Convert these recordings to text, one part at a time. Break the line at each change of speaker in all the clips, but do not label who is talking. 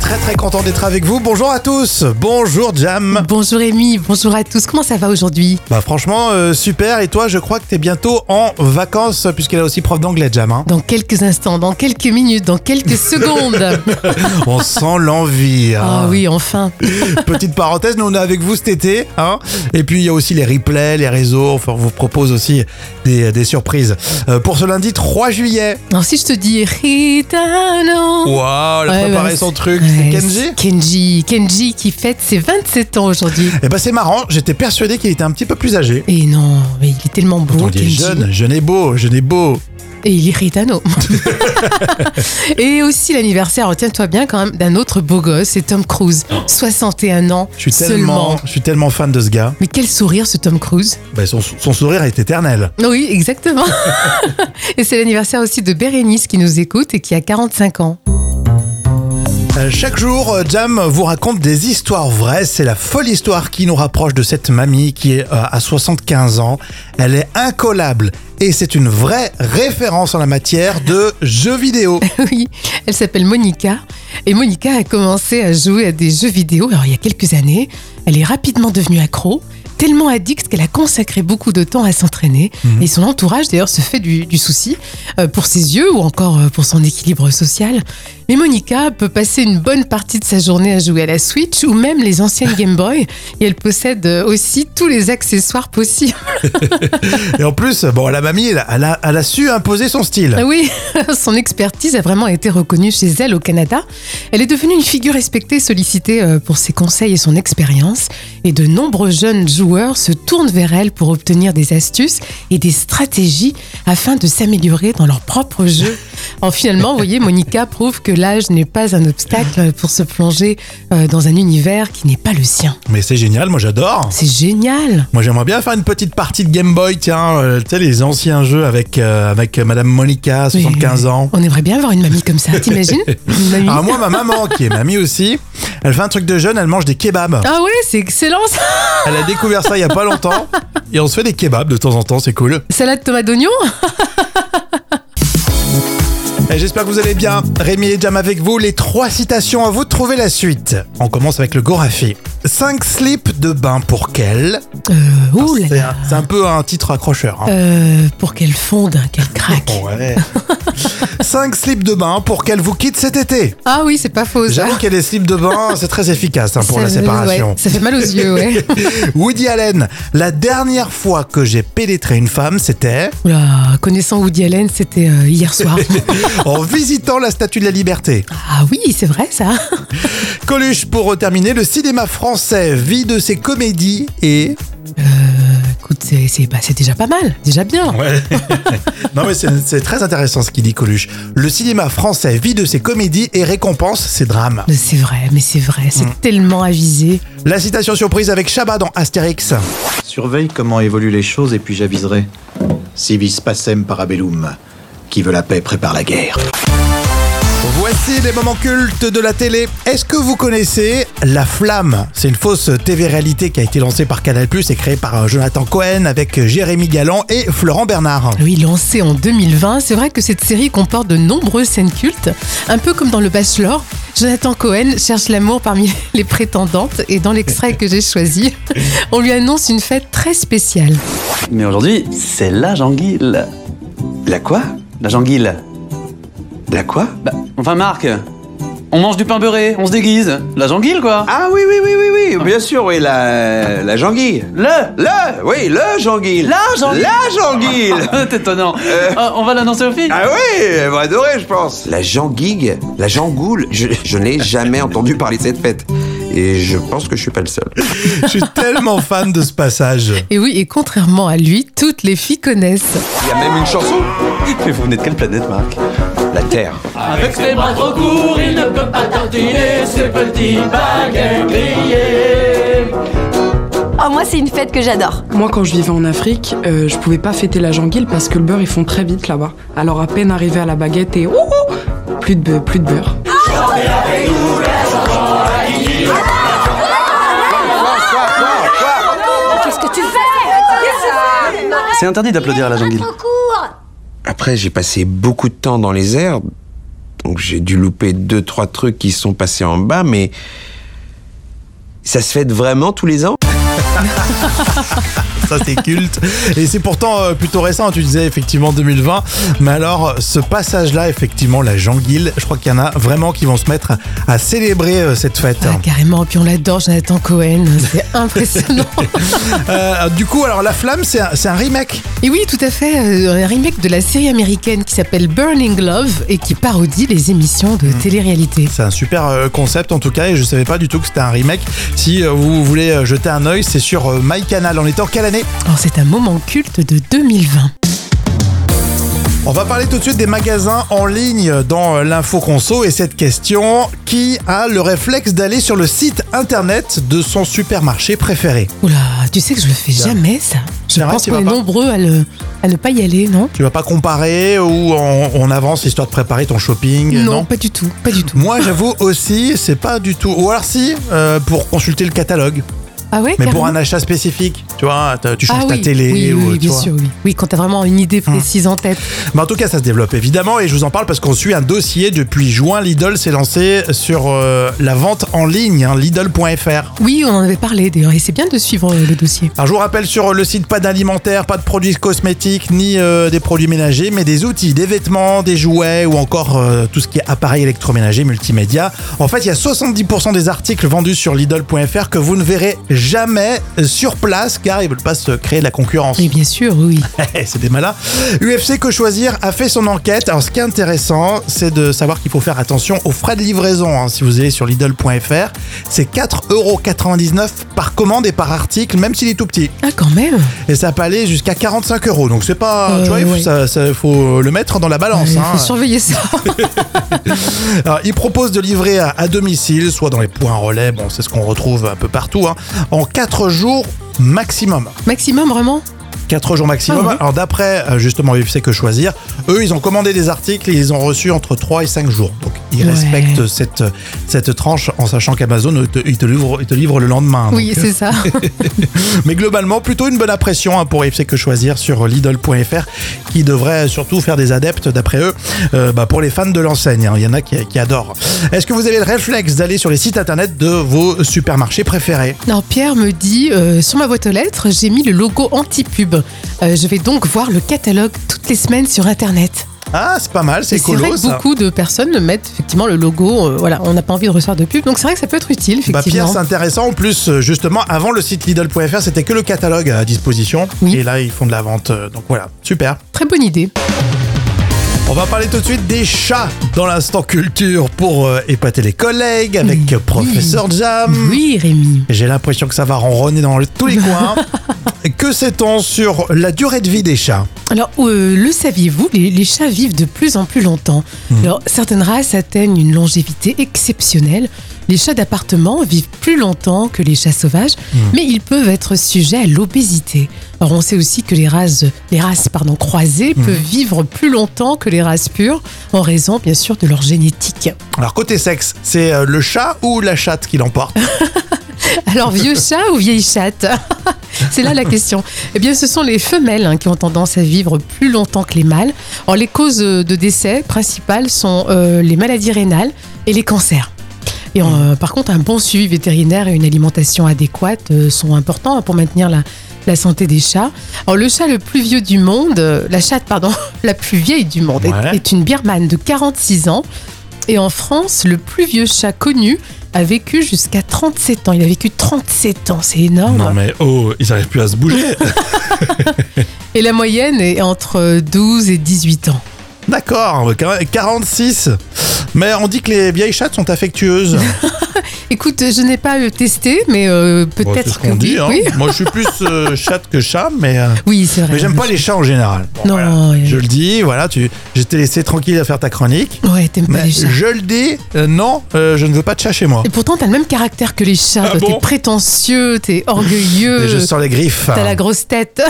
très très content d'être avec vous. Bonjour à tous. Bonjour Jam.
Bonjour Rémi, bonjour à tous. Comment ça va aujourd'hui
Bah franchement euh, super. Et toi, je crois que t'es bientôt en vacances puisqu'elle est aussi prof d'anglais, Jam. hein.
Dans quelques instants, dans quelques minutes, dans quelques secondes.
On sent l'envie.
Ah
hein.
oui, enfin.
Petite parenthèse, nous on est avec vous cet été. Hein et puis il y a aussi les replays, les réseaux. Enfin, on vous propose aussi des, des surprises. Euh, pour ce lundi 3 juillet.
Non, si je te dis Ritano.
Waouh, elle a
Ouais,
préparé
bah,
son truc.
Ouais,
C'est Kenji
c'est Kenji, Kenji qui fête ses 27 ans aujourd'hui.
Eh ben c'est marrant, j'étais persuadé qu'il était un petit peu plus âgé.
Et non, mais il est tellement beau,
On dit
Kenji.
jeune, jeune et beau, jeune et beau.
Et il est Ritano. et aussi l'anniversaire, retiens-toi bien quand même, d'un autre beau gosse, c'est Tom Cruise. 61 ans
Oh. Je suis
seulement.
tellement, je suis tellement fan de ce gars.
Mais quel sourire ce Tom Cruise
Bah, son, son sourire est éternel.
Oui, exactement. et c'est l'anniversaire aussi de Bérénice qui nous écoute et qui a 45 ans.
Euh, chaque jour, euh, Jam vous raconte des histoires vraies. C'est la folle histoire qui nous rapproche de cette mamie qui est euh, à 75 ans. Elle est incollable et c'est une vraie référence en la matière de jeux vidéo.
oui, elle s'appelle Monica. Et Monica a commencé à jouer à des jeux vidéo alors, il y a quelques années. Elle est rapidement devenue accro, tellement addict qu'elle a consacré beaucoup de temps à s'entraîner. Et son entourage, d'ailleurs, se fait du, du souci euh, pour ses yeux ou encore euh, pour son équilibre social. Mais Monica peut passer une bonne partie de sa journée à jouer à la Switch ou même les anciennes Game Boy. Et elle possède euh, aussi tous les accessoires possibles.
Et en plus, bon, la mamie, elle, a- elle a, elle a su imposer son style.
Ah oui, son expertise a vraiment été reconnue chez elle au Canada. Elle est devenue une figure respectée, sollicitée euh, pour ses conseils et son expérience. Et de nombreux jeunes joueurs se tournent vers elle pour obtenir des astuces et des stratégies afin de s'améliorer dans leur propre jeu. Alors finalement, vous voyez, Monica prouve que l'âge n'est pas un obstacle pour se plonger euh, dans un univers qui n'est pas le sien.
Mais c'est génial, moi j'adore.
C'est génial
Moi j'aimerais bien faire une petite partie de Game Boy, tiens, euh, tu sais, les anciens jeux avec, euh, avec Madame Monica, 75
Mais, euh,
ans. Ah,
On aimerait bien avoir une mamie comme ça, t'imagines Une mamie.
Alors moi, ma maman, qui est mamie aussi, elle fait un truc de jeune, elle mange des kebabs.
Ah ouais, c'est excellent ça
Elle a découvert ça il y a pas longtemps. Et on se fait des kebabs de temps en temps, c'est cool.
Salade tomate d'oignon
Et Eh, J'espère que vous allez bien. Rémi et Jam avec vous, les trois citations à vous de trouver la suite. On commence avec le Gorafi. 5 slips de bain pour qu'elle.
Euh, ouh là
Ah, C'est
là.
un, c'est un peu un titre accrocheur. hein.
Euh, pour qu'elle fonde, hein, qu'elle craque.
Ouais. 5 slips de bain pour qu'elle vous quitte cet été.
Ah oui, c'est pas faux ça.
J'avoue qu'elle est slips de bain, c'est très efficace hein, pour
Ça
la
me-
séparation.
ouais, ça fait mal aux yeux, ouais.
Woody Allen, la dernière fois que j'ai pénétré une femme, c'était
Oula, connaissant Woody Allen, c'était euh, hier soir.
en visitant la Statue de la Liberté.
ah oui, c'est vrai ça.
Coluche, pour terminer, le cinéma français vit de ses comédies et...
Écoute, c'est c'est- bah, c'est déjà pas mal, déjà bien.
Ouais. non mais c'est c'est très intéressant ce qu'il dit Coluche. Le cinéma français vit de ses comédies et récompense ses drames.
Mais C'est vrai, mais c'est vrai,
Mm.
c'est tellement avisé.
La citation surprise avec Chabat dans Astérix.
Surveille comment évoluent les choses et puis j'aviserai. Civis pacem parabellum. Qui veut la paix prépare la guerre.
Voici les moments cultes de la télé. Est-ce que vous connaissez La Flamme C'est une fausse TV-réalité qui a été lancée par Canal+, et créée par euh, Jonathan Cohen avec Jérémy Galland et Florent Bernard.
Ah Oui, lancé en 2020, c'est vrai que cette série comporte de nombreuses scènes cultes, un peu comme dans Le Bachelor. Jonathan Cohen cherche l'amour parmi les prétendantes et dans l'extrait que j'ai choisi, on lui annonce une fête très spéciale.
Mais aujourd'hui, c'est la janguille. La quoi La janguille.
La quoi
Bah, enfin, Marc, on mange du pain beurré, on se déguise. La janguille, quoi.
Ah oui, oui, oui, oui, oui, bien sûr, oui,
Euh,
la, la janguille.
Le
Le, oui, le janguille.
La janguille.
La janguille
C'est étonnant. Ah, on va l'annoncer au film.
Euh. Ah oui, elle va adorer, je pense.
La janguigue, la jangoule, je, je n'ai jamais entendu parler de cette fête. Et je pense que je suis pas le seul.
Je suis tellement fan de ce passage.
Et oui, et contrairement à lui, toutes les filles connaissent.
Il y a même une chanson
Mais vous venez de quelle planète, Marc
La Terre.
Avec ses bras trop courts, il ne peut pas tartiner ses petits baguets grillés.
Oh, moi, c'est une fête que j'adore.
Moi, quand je vivais en Afrique, euh, je pouvais pas fêter la janguille parce que le beurre, ils font très vite là-bas. Alors, à peine arrivé à la baguette et ouh, ouh, plus de beurre, plus de beurre.
Qu'est-ce que tu fais
C'est interdit d'applaudir à la janguille.
Après, j'ai passé beaucoup de temps dans les airs. Donc j'ai dû louper deux, trois trucs qui sont passés en bas, mais ça se fête vraiment tous les ans
Ça, c'est culte. Et c'est pourtant euh, plutôt récent. Tu disais effectivement 2020. Mais alors, ce passage-là, effectivement, la Janguille, je crois qu'il y en a vraiment qui vont se mettre à, à célébrer euh, cette fête.
Ah, carrément, puis on l'adore, Jonathan Cohen, c'est impressionnant.
Euh, du coup, alors, La Flamme, c'est un, c'est un remake.
Et oui, tout à fait, euh, un remake de la série américaine qui s'appelle Burning Love et qui parodie les émissions de
Mm.
télé-réalité.
C'est un super euh, concept en tout cas et je savais pas du tout que c'était un remake. Si euh, vous voulez euh, jeter un œil, c'est sur euh, MyCanal. On est en quelle année
Alors Oh, c'est un moment culte de 2020.
On va parler tout de suite des magasins en ligne dans euh, l'info conso et cette question qui a le réflexe d'aller sur le site internet de son supermarché préféré
Oula, tu sais que je le fais jamais ça. Je
C'est vrai,
pense
tu
qu'on
vas
est
pas
nombreux à, le- à ne pas y aller, non
Tu vas pas comparer ou on, on avance histoire de préparer ton shopping
pas du tout, pas du tout.
Moi, j'avoue aussi, c'est pas du tout. Ou alors si, euh, pour consulter le catalogue,
Ah ouais
mais pour
carrément
un achat spécifique. Tu vois, hein, t'as- tu changes
ah,
ta
oui,
télé
oui,
ou
oui,
tu
bien
vois. Hum.
sûr, oui. Oui, quand t'as vraiment une idée précise en tête.
Mais en tout cas, ça se développe évidemment et je vous en parle parce qu'on suit un dossier depuis juin. Lidl s'est lancé sur euh, la vente en ligne, hein, Lidl.fr.
Oui, on en avait parlé d'ailleurs, et c'est bien de suivre euh, le dossier.
Alors, je vous rappelle sur le site pas d'alimentaire, pas de produits cosmétiques ni euh, des produits ménagers, mais des outils, des vêtements, des jouets ou encore euh, tout ce qui est appareil électroménager, multimédia. En fait, il y a 70% des articles vendus sur Lidl.fr que vous ne verrez jamais sur place car ils veulent pas se créer de la concurrence.
Mais bien sûr, oui.
Eh, c'est des malins. UFC Que Choisir a fait son enquête. Alors, ce qui est intéressant, c'est de savoir qu'il faut faire attention aux frais de livraison. hein. Si vous allez sur Lidl.fr, c'est 4,99€ par commande et par article, même s'il est tout petit.
Ah quand même
Et ça peut aller jusqu'à 45 euros. Donc, c'est pas.
Euh,
tu vois, il faut-
ouais.
ça, ça- faut euh, le mettre dans la balance.
Il
hein.
faut surveiller ça.
Alors, il propose de livrer à, à domicile, soit dans les points relais, bon, c'est ce qu'on retrouve un peu partout, hein, en 4 jours maximum.
Maximum, vraiment
4 jours maximum.
Ah ouais.
Alors d'après euh, justement UFC que choisir, eux ils ont commandé des articles et ils ont reçu entre 3 et 5 jours. Donc ils
Ouais.
respectent cette, cette tranche en sachant qu'Amazon euh, te- ils te livrent ils te livrent le lendemain.
Oui,
Donc, euh,
c'est ça.
mais globalement plutôt une bonne impression hein, pour UFC que choisir sur Lidl.fr qui devrait surtout faire des adeptes d'après eux euh, bah, pour les fans de l'enseigne. hein. Il y en a qui, qui adorent. Est-ce que vous avez le réflexe d'aller sur les sites internet de vos supermarchés préférés
Alors Pierre me dit, euh, sur ma boîte aux lettres, j'ai mis le logo anti-pub. Euh, je vais donc voir le catalogue toutes les semaines sur Internet.
Ah c'est pas mal, c'est
Et
écolo
vrai que
ça.
beaucoup de personnes mettent effectivement le logo. euh, voilà, on n'a pas envie de recevoir de pub, donc c'est vrai que ça peut être utile,
Bah Pierre,
effectivement.
c'est intéressant. En plus, euh, justement, avant le site Lidl.fr, c'était que le catalogue à disposition.
Oui.
Et là, ils font de la vente. euh, Donc voilà, super.
Très bonne idée.
On va parler tout de suite des chats dans l'instant culture pour euh, épater les collègues avec euh, Professeur Jam.
Oui, Rémi.
J'ai l'impression que ça va ronronner dans le- tous les coins. que sait-on sur la durée de vie des chats
Alors, euh, le saviez-vous, les, les chats vivent de plus en plus longtemps. Alors, certaines races atteignent une longévité exceptionnelle. Les chats d'appartement vivent plus longtemps que les chats sauvages, mais ils peuvent être sujets à l'obésité. Alors, on sait aussi que les races, les races pardon, croisées peuvent vivre plus longtemps que les races pures, en raison, bien sûr, de leur génétique.
Alors, côté sexe, c'est euh, le chat ou la chatte qui l'emporte
Alors, vieux chat ou vieille chatte C'est là la question. Eh bien, ce sont les femelles hein, qui ont tendance à vivre plus longtemps que les mâles. Alors, les causes euh, de décès principales sont euh, les maladies rénales et les cancers. Et euh, par contre, un bon suivi vétérinaire et une alimentation adéquate euh, sont importants pour maintenir la, la santé des chats. Alors, le chat le plus vieux du monde, euh, la chatte, pardon, la plus vieille du monde, est-
Ouais.
est, une birmane de 46 ans. Et en France, le plus vieux chat connu a vécu jusqu'à 37 ans. Il a vécu 37 ans, c'est énorme.
mais oh, ils n'arrivent plus à se bouger.
Et la moyenne est entre 12 et 18 ans.
D'accord, 46. Mais on dit que les vieilles chattes sont affectueuses.
Écoute, je n'ai pas euh, testé, mais euh, peut-être
Bon, c'est ce
que
qu'on
oui.
dit. hein.
Oui,
Moi, je suis plus euh, chatte que chat, mais, euh,
Oui, c'est vrai.
mais j'aime pas les chats en général. Bon,
Non,
voilà.
euh,
Je le dis, voilà, tu, je t'ai laissé tranquille à faire ta chronique.
Ouais, t'aimes pas
Mais
les chats.
je le dis, euh, non, euh, je ne veux pas de chat chez moi.
Et pourtant, t'as le même caractère que les chats.
Ah
toi.
bon
t'es prétentieux, t'es
Et je
orgueilleux,
sors les griffes.
euh, t'as la grosse tête.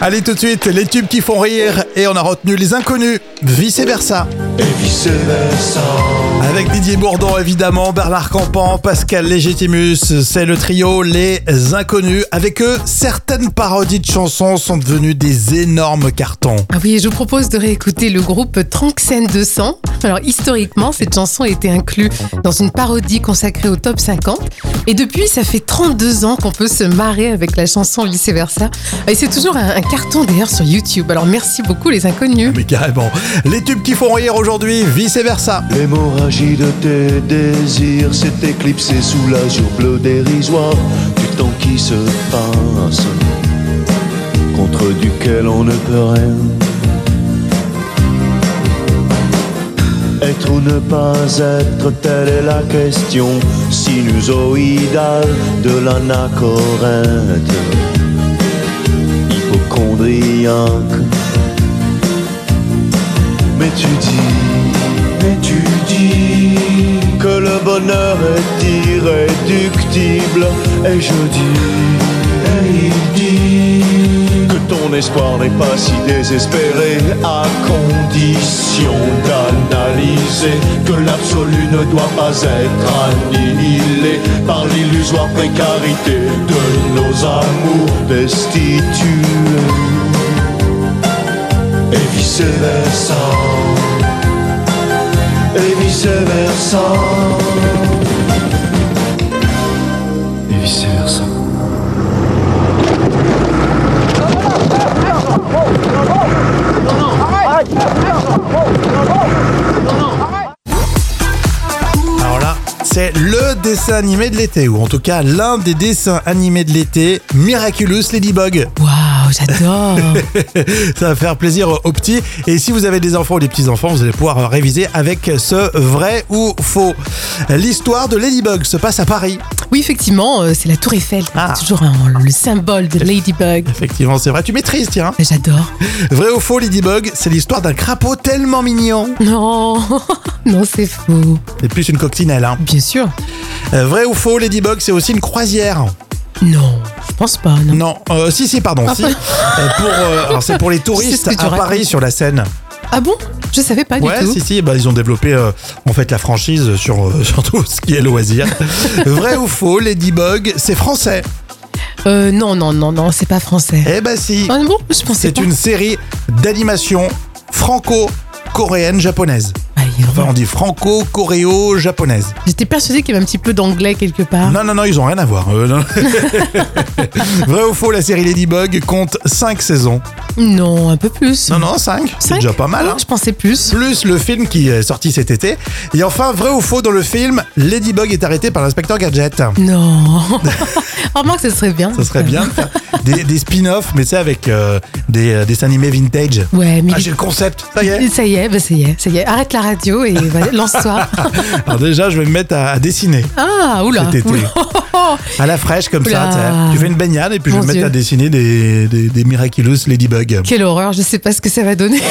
Allez, tout de suite, les tubes qui font rire. Et on a retenu les inconnus, vice versa. Avec Didier Bourdon, évidemment, Bernard Campan, Pascal Légitimus, c'est le trio Les Inconnus. Avec eux, certaines parodies de chansons sont devenues des énormes cartons.
Ah oui, et je vous propose de réécouter le groupe Tranxène 200. Alors historiquement, cette chanson a été inclue dans une parodie consacrée au top 50. Et depuis, ça fait 32 ans qu'on peut se marrer avec la chanson Vice Versa. Et c'est toujours un, un carton d'ailleurs sur YouTube. Alors merci beaucoup les inconnus.
Mais carrément, les tubes qui font rire aujourd'hui, vice versa.
L'hémorragie de tes désirs s'est éclipsée sous l'azur bleu dérisoire du temps qui se passe, contre duquel on ne peut rien. Être ou ne pas être, telle est la question sinusoïdale de l'anachorète hypochondriaque. Mais tu dis, mais tu dis que le bonheur est irréductible. Et je dis, et il dit que ton espoir n'est pas si désespéré à condition d'analyser que l'absolu ne doit pas être annihilé par l'illusoire précarité de nos amours destitués et vice versa, et vice versa, et vice versa.
Alors là, c'est le dessin animé de l'été, ou en tout cas l'un des dessins animés de l'été, Miraculous Ladybug.
Waouh, j'adore.
Ça va faire plaisir aux petits. Et si vous avez des enfants ou des petits-enfants, vous allez pouvoir réviser avec ce vrai ou faux. L'histoire de Ladybug se passe à Paris.
oui, effectivement, euh, c'est la Tour Eiffel.
Ah.
C'est toujours un- le symbole de Ladybug.
Effectivement, c'est vrai. Tu maîtrises, tiens.
Ah, J'adore.
Vrai ou faux, Ladybug, c'est l'histoire d'un crapaud tellement mignon.
Non, non, c'est faux.
C'est plus une coccinelle, hein.
Bien sûr.
Euh, Vrai ou faux, Ladybug, c'est aussi une croisière.
Non, je pense pas. Non.
Non, euh, si, si,
Ah,
pardon. si. Euh, pour, euh, alors, c'est pour les touristes
ce que tu
à
racontes.
Paris sur la Seine.
Ah bon Je savais pas
ouais,
du tout.
si, si, bah, ils ont développé euh, en fait la franchise sur, euh, sur tout ce qui est loisirs. Vrai ou faux, Ladybug, c'est français.
Euh, non, non, non, non, c'est pas français.
Eh ben si,
Ah bon Je pensais
c'est
pas.
une série d'animation franco-coréenne-japonaise.
Ah, il y a-
Enfin, on dit franco-coréo-japonaise.
J'étais persuadée qu'il y avait un petit peu d'anglais quelque part.
Non, non, non, ils ont rien à voir. euh, non. Vrai ou faux, la série Ladybug compte 5 saisons.
Non, un peu plus.
Non, non, 5. C'est
Cinq
déjà pas mal.
Ah,
hein.
Je pensais plus.
plus le film qui est sorti cet été. Et enfin, vrai ou faux, dans le film, Ladybug est arrêtée par l'inspecteur Gadget.
Non. Remarque, ce serait bien. Euh,
Ça serait bien de faire des, des spin-offs, mais tu sais, avec euh, des euh, dessins animés vintage.
Ouais, mais
Ah, j'ai le concept, ça y est.
ça y est, bah, ça y est, ça y est. Arrête la radio et vas-y, lance-toi.
Alors déjà, je vais me mettre à, à dessiner
Ah, oula.
Cet été.
Oula.
à la fraîche comme ça.
Oula.
tu sais. Tu fais une baignade et puis je
Mon
vais me mettre
Dieu.
à dessiner des, des, des Miraculous Ladybug.
Quelle horreur, je sais pas ce que ça va donner.